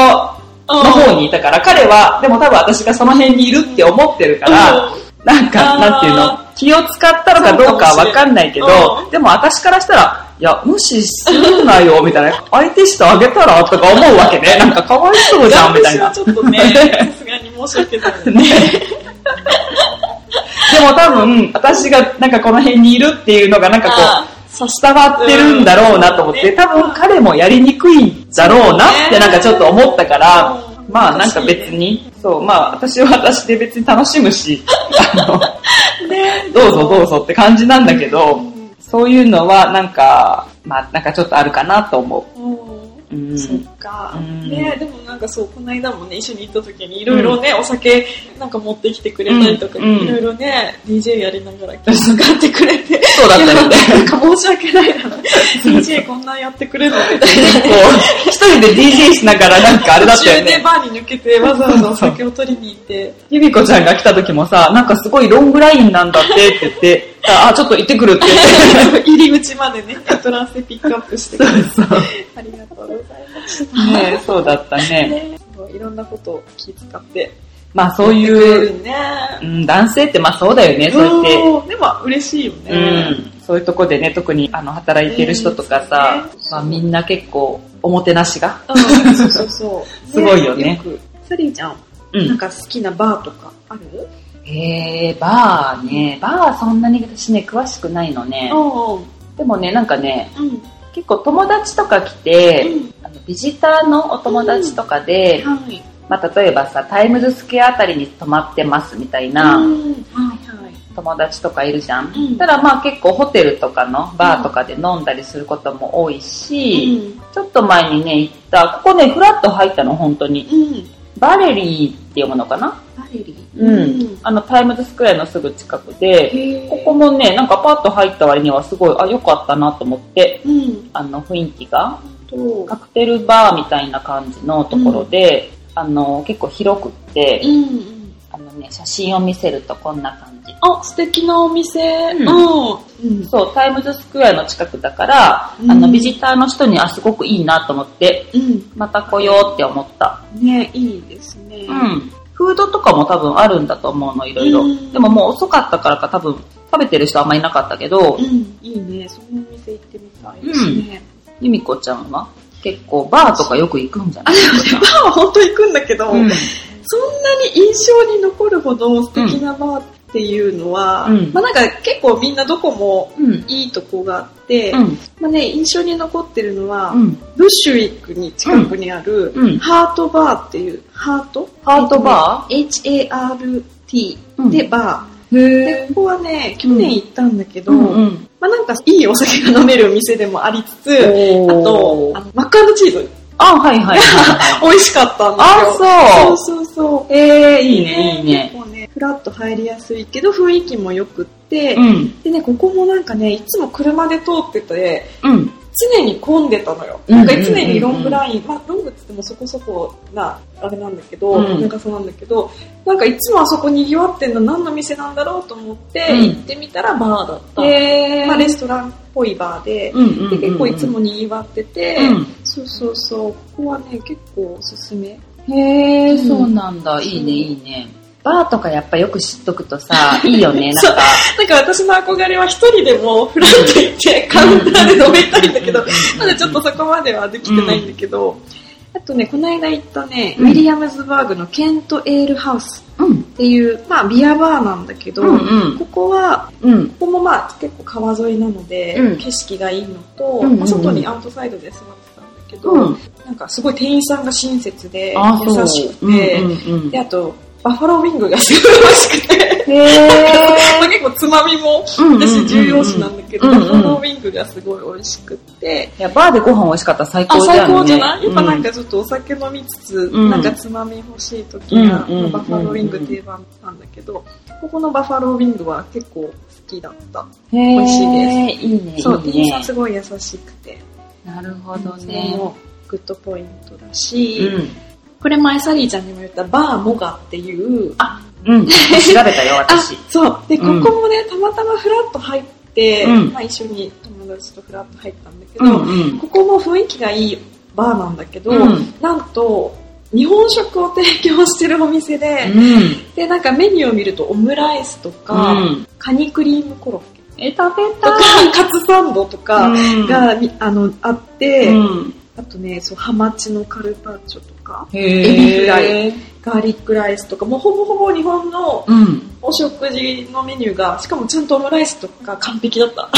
の方にいたから、彼は、でも多分私がその辺にいるって思ってるからう、なんか、あーなんていうの、気を使ったのかどうかはわかんないけどそうかもしれんう、でも私からしたら、いや、無視するなよ、みたいな。相手してあげたら、とか思うわけね。なんか、かわいそうじゃん、みたい な。私はちょっと ね、さすがに申し訳ない。ね。 でも多分、私がなんかこの辺にいるっていうのがなんかこあう、伝わってるんだろうなと思って、うん多分彼もやりにくいんだろうなってなんかちょっと思ったからう、んまあなんか別に、そう、まあ私は私で別に楽しむし、あねの、どうぞどうぞって感じなんだけど、そういうのはなんか、まあなんかちょっとあるかなと思うんう。うん。そっか、うんねでもなんかそうこの間もね一緒に行った時にいろいろね、お酒なんか持ってきてくれたりとかうんうんいろいろね DJ やりながら気遣ってくれてそうだったよ ねいやなんか申し訳ないな DJ こんなんやってくれるのみたいな結構、一人で DJ しながらなんかあれだっ途たよ中ねで。バーに抜けてわざわざお酒を取りに行ってゆみこちゃんが来た時もさ、なんかすごいロングラインなんだってって言って、あ、ちょっと行ってくるって言って。入り口までねエントランスでピックアップしてく れて ありがとうございましたねそうだったね。ねすごいいろんなことを気遣ってまあそうくれいう、るねうん、男性ってまあそうだよね、そうやって。うんでも嬉しいよね、うん、そういうとこでね、特にあの働いてる人とかさ、うんまあみんな結構おもてなしが。うんそうそうそう。すごいよねくサリーちゃん、うんなんか好きなバーとかあるえー、バーね、バーはそんなに私ね、詳しくないのね。うん。でもね、なんかね、うん。結構友達とか来て、うんあのビジターのお友達とかで、はい。まあ、例えばさタイムズスクエアあたりに泊まってますみたいな、うんはいはい。友達とかいるじゃん、うんただまあ結構ホテルとかのバーとかで飲んだりすることも多いし、ちょっと前にね行ったここねフラッと入ったの本当にうん。うん。バレリーって読むのかなバレリーうん、あのタイムズスクエアのすぐ近くでへここも。もねなんかパッと入った割にはすごいあ良かったなと思ってうん。あの雰囲気がと、カクテルバーみたいな感じのところで、あの結構広くって、うんうん。あのね、写真を見せるとこんな感じ。あ、素敵なお店。うんうん。そう、タイムズスクエアの近くだから、うんあの、ビジターの人に、あ、すごくいいなと思って、うん。また来ようって思った。ね、いいですね。う。ん。フードとかも多分あるんだと思うの、いろいうろ。んでももう遅かったからか多分、食べてる人あんまいなかったけどう、ん。いいね。そのお店行ってみたいですね。ゆみこちゃんは結構バーとかよく行くんじゃないバーは本当行くんだけど、うんそんなに印象に残るほど素敵なバーっていうのは、うんまあなんか結構みんなどこもうん。いいとこがあって、うん。まあね、印象に残ってるのは、うん。ブッシュウィックに近くにある、うんうんハートバーっていう、ハートハートバー、?H-A-R-T うんでバーー、で、ここはね、去年行ったんだけど、うんうん。まあなんかいいお酒が飲めるお店でもありつつ、あと、あのマッカーチーズ、あ、はいはいはい はい。美味しかったんだあそよ。、う。そうそうそう。えー、いいね、いい結ね。構ね、フラッと入りやすいけど、雰囲気も良くって、うん。でね、ここもなんかね、いつも車で通ってて、うん。常に混んでたのよ。うんなんか常にロングライン、まあロングって言ってもそこそこな、あれなんだけど、うんなんかそうなんだけど、なんかいつもあそこ賑わってんの何の店なんだろうと思って、うん行ってみたらバーだった。えまあレストランっぽいバーで、うんうんうんうでん結構いつも賑わってて、うんそうそうそう、ここはね、結構おすすめ。へえ、うんそうなんだ。いいね、いいね。バーとかやっぱよく知っとくと さ、いいよね、なんそうか。なんか私の憧れは一人でもフラッと行ってカウンターで飲めたいんだけど、まだちょっとそこまではできてないんだけど、あとね、この間行ったね、うんウィリアムズバーグのケントエールハウスうん。っていう、まあビアバーなんだけど、うんうんここは、うん。ここもまあ結構川沿いなので、うん景色がいいのと、うんうんうんまあ外にアウトサイドで座ってたんだけど、うんなんかすごい店員さんが親切であー、そう。優しくて、うんうんうんで、あと、バッファローウィングがすごい美味しく て、へまあ結構つまみも、うんうんうんうん私重要視なんだけど、うんバうんッファローウィングがすごい美味しくて、いや、バーでご飯美味しかったら最あ、高じ最ゃんね。高じゃないやっぱなんうかちょっとお酒飲みつつ、んなんかつまみ欲しい時が、うんうんうんうんバッファローウィング定番なんだけど、ここのバッファローウィングは結構好きだった。ん、美味しいす。いいね、そう、い店員いさんね。すごい優しくて。なるほあどのね。もグッドポイントだし、うん。これ前サリーちゃんにも言ったバーモガっていう、あ、うん。 調べたよ、私。そう。で、こうんこもね、たまたまフラッと入って、うんまあ一緒に友達とフラッと入ったんだけど、うんうん。ここも雰囲気がいいバーなんだけど、うんなんと、日本食を提供してるお店で、うん。で、なんかメニューを見るとオムライスとか、うんカニクリームコロッケえ、食べとたか、カツサンドとかうんが、みあの、あって、うん。あとね、そう、ハマチのカルパッチョとか、へエビフライ。ガーリックライスとか、もうほぼほぼ日本のうん。お食事のメニューが、しかもちゃんとオムライスとか完璧だった。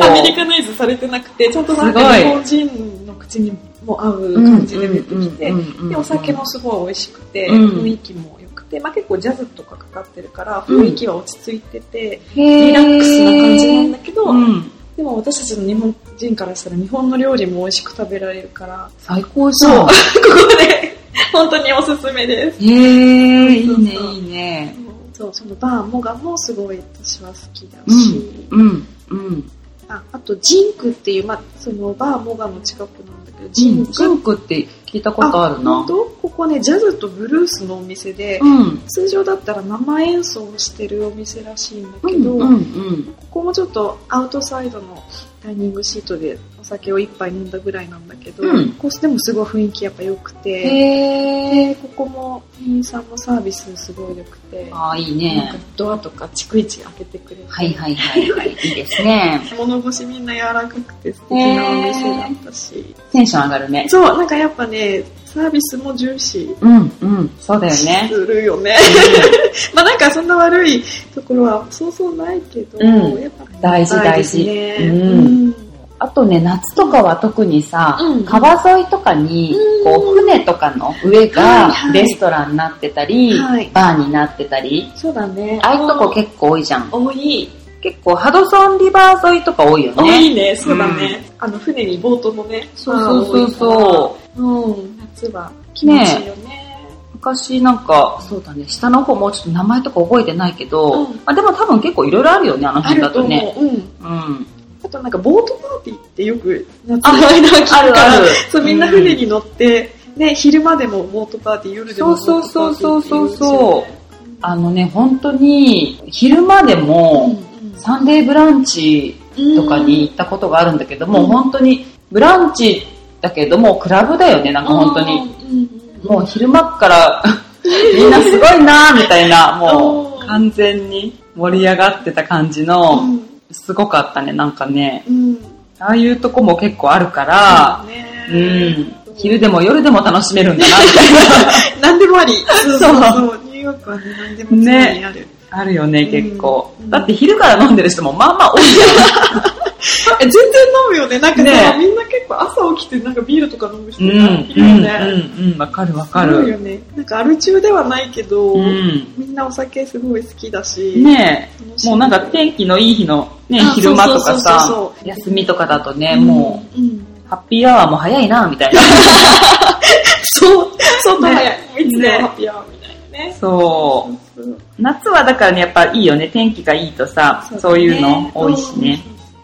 おアメリカナイズされてなくて、ちゃんとなんすかごい日本人の口にも合う感じで出てきて、てでお酒もすごい美味しくて、うん雰囲気も良くて、まあ、結構ジャズとかかかってるから、雰囲気は落ち着いてて、リリラックスな感じなんだけど、うん。でも私たちの日本人からしたら日本の料理も美味しく食べられるから、最高じそゃう、んこ。こで本当におすすめです。へえ、いいね、そうそういいね。そう、そのバーモガもすごい私は好きだし、うん。うん。ああとジンクっていう、まあ、そのバーモガの近くなんだけど、ジジンンク。クって聞いたことあるな本。当ここね、ジャズとブルースのお店で、うん。通常だったら生演奏をしてるお店らしいんだうけんど、うんうん。ここもちょっとアウトサイドのダイニングシートでお酒を一杯飲んだぐらいなんだけど、うんコースでもすごい雰囲気やっぱ良くて、へでえ。ここも店員さんのサービスすごい良くて、ああ、いいなんねか。ドアとか逐一開けてくれて、はいはいはいはい。いいですね。物腰みんな柔らかくて素敵なお店だったし、テンション上がるね。そう、なんかやっぱね、サービスも重視うんうん。そうだよねす。るよね。 まあなんかそんな悪いところはそうそうないけど、うんやっぱ大事大事大ね。事ううんん。あとね、夏とかは特にさ、うん川沿いとかに、うんこう、船とかの上がはいはいレストランになってたり、はいバーになってたり、そうだね。ああいうとこ結構多いじゃん。多い。結構、ハドソンリバー沿いとか多いよ多ね。いね、そうだね。あの船にボートもね、そうそうそうまあそう。多いからうん、夏は気持ちいいよね。昔なんか、そうだね、下の方もうちょっと名前とか覚えてないけど、うんまあでも多分結構いろいろあるよね、あのあ辺だるととね。思う。うん。うん。あとなんかボートパーティーってよく夏の間聞くあかるあらる、そうみんな船に乗って、ね、昼間でもボートパーティー、夜でもボートパーティーっていそうそうそうそうそうあのね、本当に、昼間でうも、んうんサンデーブランチとかに行ったことがあるんだけども、うん本当に、ブランチだけども、クラブだよね、なんか本当に。に。もう昼間から、 みんなすごいなーみたいな、も おう、ー完全に盛り上がってた感じうの、んすごかったね、なんかね。うん。ああいうとこも結構あるから、うねん。昼でも夜でも楽しめるんだな、みたい 何でもあり。そそうそうそう。ニューヨークはね、何でも常にある。な。あるよね、結構う。んだって昼から飲んでる人もまあまあ多いじえ、全然飲むよね。なんかさ、ねみんな結構朝起きてなんかビールとか飲む人うん、ういるよん、ね。うん、うん、わかるわかすごいよる。ね。なんかアル中ではないけど、うん。みんなお酒すごい好きだし。ね楽しえ、いもうなんか天気のいい日のねあ、昼間とかそうそうさそうそ、う休みとかだとね、もうん、うんう、ハッピーアワーも早いな、みたいな。 そう、そうだね。ねいつでねもハッピーアワーみたいなね。そう。そう夏はだからね、やっぱいいよね、天気がいいとさ、そうそういうの多いしね。。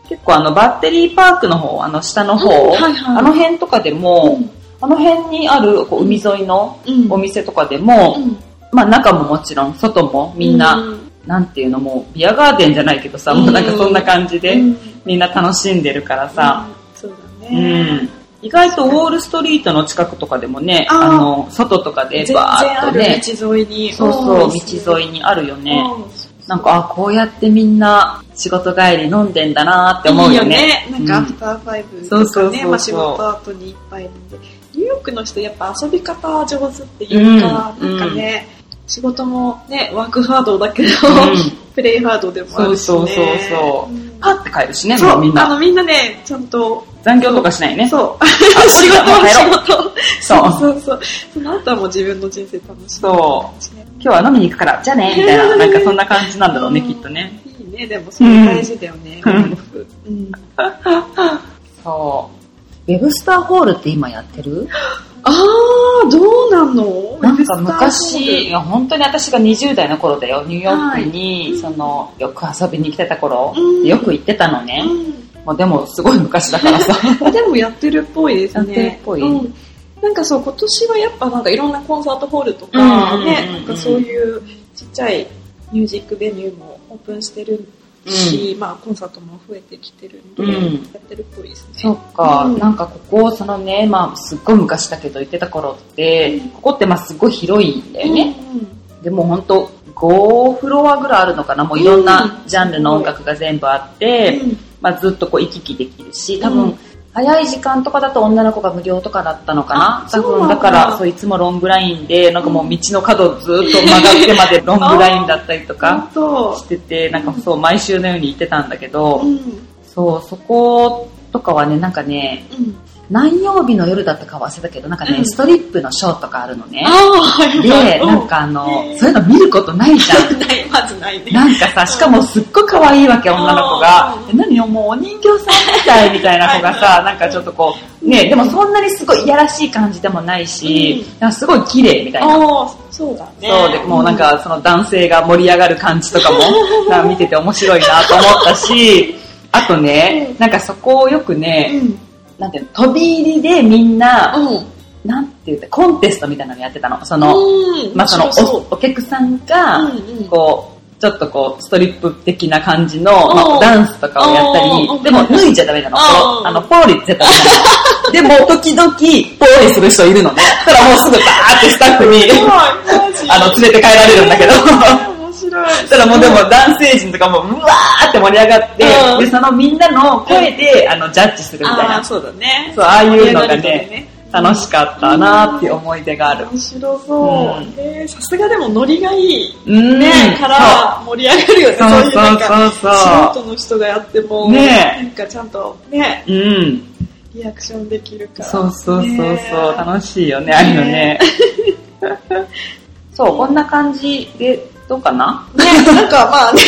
結構あのバッテリーパークの方、あの下の方、うんはいはいあの辺とかでも、うんあの辺にあるこう海沿いのうんお店とかでも、うんまあ中ももちろん外もみんな、うなんていうのもうビアガーデンじゃないけどさ、もうなんかそんな感じで、うんみんな楽しんでるからさ、うんそうだうんね。意外とウォールストリートの近くとかでもね、あーあの、外とかで全然バーあっとるね、道沿いに。そうそう、道沿いいにあるよね。なんか、あ、こうやってみんな仕事帰り飲んでんだなーって思うよね。いいよね。なんか、アフターファイブそうとそうそかうね、そうまあ仕事後にいっぱい飲んで。ニューヨークの人やっぱ遊び方上手っていうか、うんなんかね、仕事もね、ワークハードだけど、ん プレイハードでもあるしね。そうそうそうそうんパッて帰るしね、そもう、うみんあの、な。みんなね、ちゃんと、残業とかしないね。そう、あ 仕事もう帰ろう仕事。そうそうそう。その後はもう自分の人生楽しむそう今日は飲みに行くから、じゃあね、みたいな、なんかそんな感じなんだろうね、うんきっとね。いいね、でもそれ大事だよね。うんうんそう。ウェブスターホールって今やってるあー、どうなのなんかウ昔、いェや本当に私が20代の頃だよ、ニューヨークはに、いその、よく遊びに来てた頃う、んよく行ってたのブね。スまあでも、すごい昔だからさ。ターうんでもやってるっぽいですやね。ってるっぽいうんなんかそう、今年はやっぱなんかいろんなコンサートホールとか、うんね、うんなんかそういうちっちゃいミュージックベニューもオープンしてるし、まあコンサートも増えてきてるんで、うんやってるっぽいですね。そっか、うんなんかここ、そのね、まあ、すっごい昔だけど行ってた頃って、うんここってまあすごい広いんだよね。うんうんでも本当5フロアぐらいあるのかな、もういろんなジャンルの音楽が全部あって、うんまあずっとこう行き来できるし、多う分ん早い時間とかだと女の子が無料とかだったのかなあ。多そうな分んだだから、そういつもロングラインで、なんかもう道の角をずっと曲がってまでロングラインだったりとあかとし、てて、なんかそう毎週のように行ってたんだけど、うん、そう、そことかはね、なんかね、うん。何曜日の夜だったか忘れたけど、なんかね、うんストリップのショーとかあるのねあ。あ、はいはいで、なんかあの、うんそういうの見ることないじゃん。ない、まずないね。なんかさ、しかもすっごい可愛いわけ、女の子がう。んえ何よ、もうお人形さんみたいみたいな子がさ、なんかちょっとこう、ね、でもそんなにすごいいやらしい感じでもないし、なんかすごい綺麗みたいな。ああ、そうだね。そうで、もうなんかその男性が盛り上がる感じとかも、なんか見てて面白いなと思った し、あとねう、んなんかそこをよくうね、ん、なんていうの、飛び入りでみんな、うん。なんて言うて、コンテストみたいなのやってたの。その、うん。まあその面白そうお、お客さんが、うんうんこう、ちょっとこう、ストリップ的な感じの、んまあダンスとかをやったうんり、でも脱いじゃダメなの。うんこうあの、ポーリ絶対ダメなの。でも、時々、ポーリする人いるのね。そしたらもうすぐバーってスタッフにす、ごい、マジ。あの、連れて帰られるんだけど。 面白い。そしたらもうでも男性陣とかもうわーって盛り上がって、うんで、そのみんなの声で、あの、ジャッジするみたいあなあ、。そうだね。そう、ああいうのが盛り上がるのね、楽しかったなーっていう思い出がある。面白そう。うんえーさすがでもノリがいい。うんね、から盛り上がるよね。そうそういうなんそうか、そうそう素人の人がやっても、ねなんかちゃんと、ね、うん。リアクションできるから。そうそうそうそう、ね楽しいよね、ああいうのね。そう、こんな感じで、どうかなね、なんかま あね、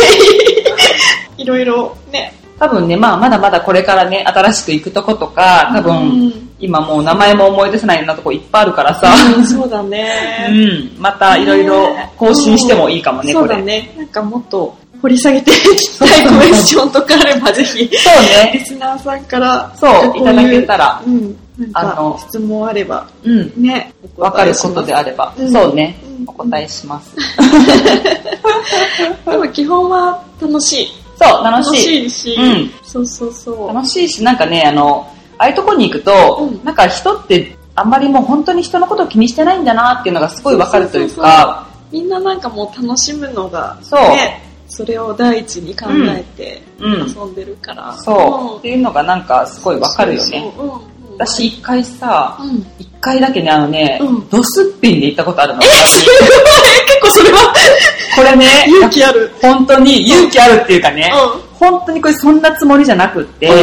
いろいろね、多分ね、まあ、まだまだこれからね、新しく行くとことか、多う分、ん今もう名前も思い出せないようなとこいっぱいあるからさ、うんそうだうね。ん、またいろいろ更新してもいいかもね、そこうだれ。ね。なんかもっと掘り下げていきたいクエスチョンとかあれば、ぜひ、そうね。リスナーさんから、そう、いただけら。たら、うん。なあんのか、質問あれば、うん、ね。わかることであれば、うんそうねうん、お答えします。でも基本は楽しい。そう、楽しい。いし、うんそうそうそう。楽しいし、なんかね、あの、ああいうとこに行くと、うんなんか人ってあんまりもう本当に人のことを気にしてないんだなっていうのがすごいわかるというか、みんななんかもう楽しむのが、そうね、それを第一に考えてうんうん遊んでるから。そう、ってんいうのがなんかすごいわかるよね。。そうそううんうん私一回さ、うん。一回だけね、あのね、うんドスッピンで行ったことあるの。結構それはこれね、勇気ある。本当に勇気あるっていうかね、う本当にこれそんなつもりじゃなくって、うん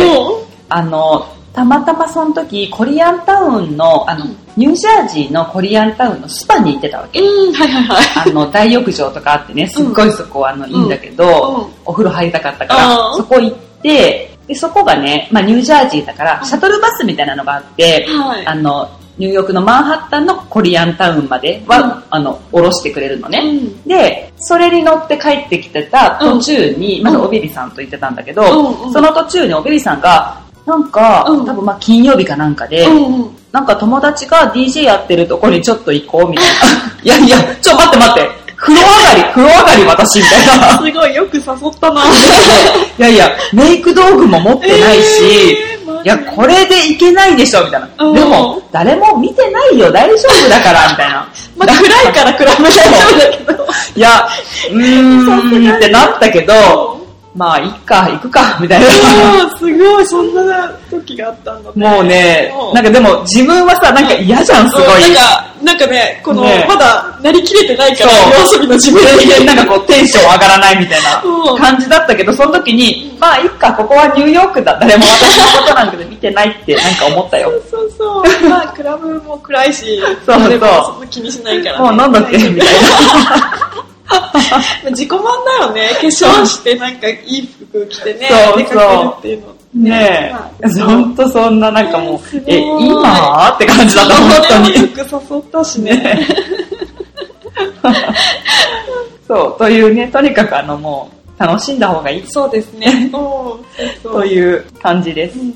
あの、たまたまその時、コリアンタウンの、あの、うんニュージャージーのコリアンタウンのスパに行ってたわけ。うん、はいはいはい。あの、大浴場とかあってね、すっごいそこ、あの、いいんだけど、うんお風呂入りたかったから、うんそこ行って、で、そこがね、まあ、ニュージャージーだから、うんシャトルバスみたいなのがあって、はい。あの、ニューヨークのマンハッタンのコリアンタウンまでは、うんあの、降ろしてくれるのね。うんで、それに乗って帰ってきてた途中に、んまずおべりさんと言ってたんだけど、うんうんその途中におべりさんが、なんか、うん多分まあ金曜日かなんかで、うんうんなんか友達が DJ やってるとこにちょっと行こうみたいな。い やいや、ちょ、待って待って。風呂上がり、風呂上がり私みたいな。 すごい、よく誘ったな。いやいや、メイク道具も持ってないし、えーマいジや、これでいけないでしょみたいな。うんでも、誰も見てないよ、大丈夫だから、みたいな。 まあ、暗いから比べられるんだけど。いや、うーんってなったけど、まあ、いっか、行くか、みたいな。ああ、すごい、そんな時があったんだね。もうねう、んなんかでも自分はさ、なんか嫌じゃん、すごい。うんなんか、なんかね、この、ねまだ、なりきれてないから、そう夜遊びの自分全然に。なんかこうテンション上がらないみたいうんな感じだったけど、その時に、まあいっか、ここはニューヨークだ。誰も私のことなんて見てないってなんか思ったよそ。うそうそう。まあ、クラブも暗いし、そうそう誰もそんな気にしないから、もうなんだっけみたいな。 自己満だよね。化粧して、なんか、いい服着てね、そうそう出かけるっていうの。ねえ、ほんとそんななんかもう、え、今って感じだと思ったのに。服誘ったしね。そう、というね、とにかくあのもう、楽しんだ方がいいそうですね。うん、そうそう。という感じですう。ん。ね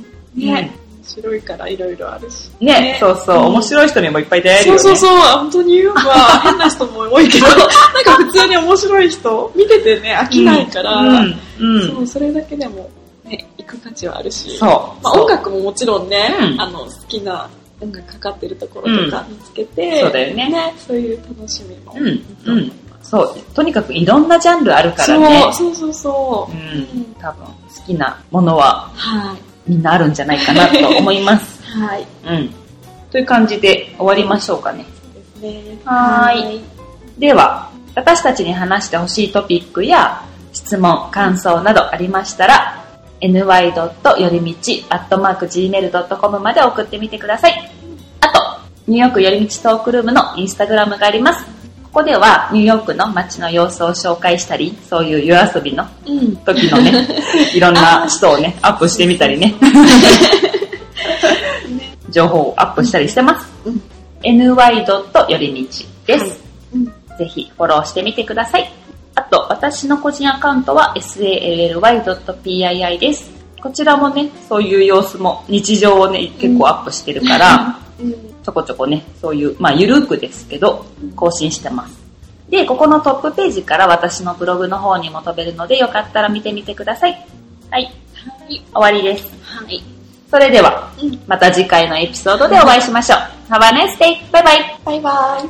ね。白いからいろいろあるし。ね、そうそう、面白い人にもいっぱい出会えるそようね。そうそう、本当に言うわ。変な人も多いけど、なんか普通に面白い人、見ててね、飽きないから、うん、うんそうそれだけでも、ね、行く価値はあるし、そう。まあ、音楽ももちろんね、うんあの好きな音楽かかってるところとか見つけて、そうだよねそういう楽しみも。うん、うん。そう、とにかくいろんなジャンルあるからね。そうそうそうそうう。ん、多分好きなものははい。みんなあるんじゃないかなと思います。はい。うん。という感じで終わりましょうかね。そうですね。はーいでは、私たちに話してほしいトピックや質問、感想などありましたら、ny. よりみち .gmail.com まで送ってみてください。あと、ニューヨークよりみちトークルームのインスタグラムがあります。ここではニューヨークの街の様子を紹介したり、そういう夜遊びのはい。うん。時の ね、いろんな人をね、アップしてみたりね、情報をアップしたりしてます。うん ny. よりみちです、はいうんぜひフォローしてみてください。あと、私の個人アカウントは sally.pii です。こちらもね、そういう様子も、日常をね、結構アップしてるから、うん。ちょこちょこね、そういう、まあ、ゆるくですけどうん、更新してます。で、ここのトップページから私のブログの方にも飛べるので、よかったら見てみてください。はい、はい。終わりです。はい。それではうん、また次回のエピソードでお会いしましょう。Have a nice day! バイバイバイバイ。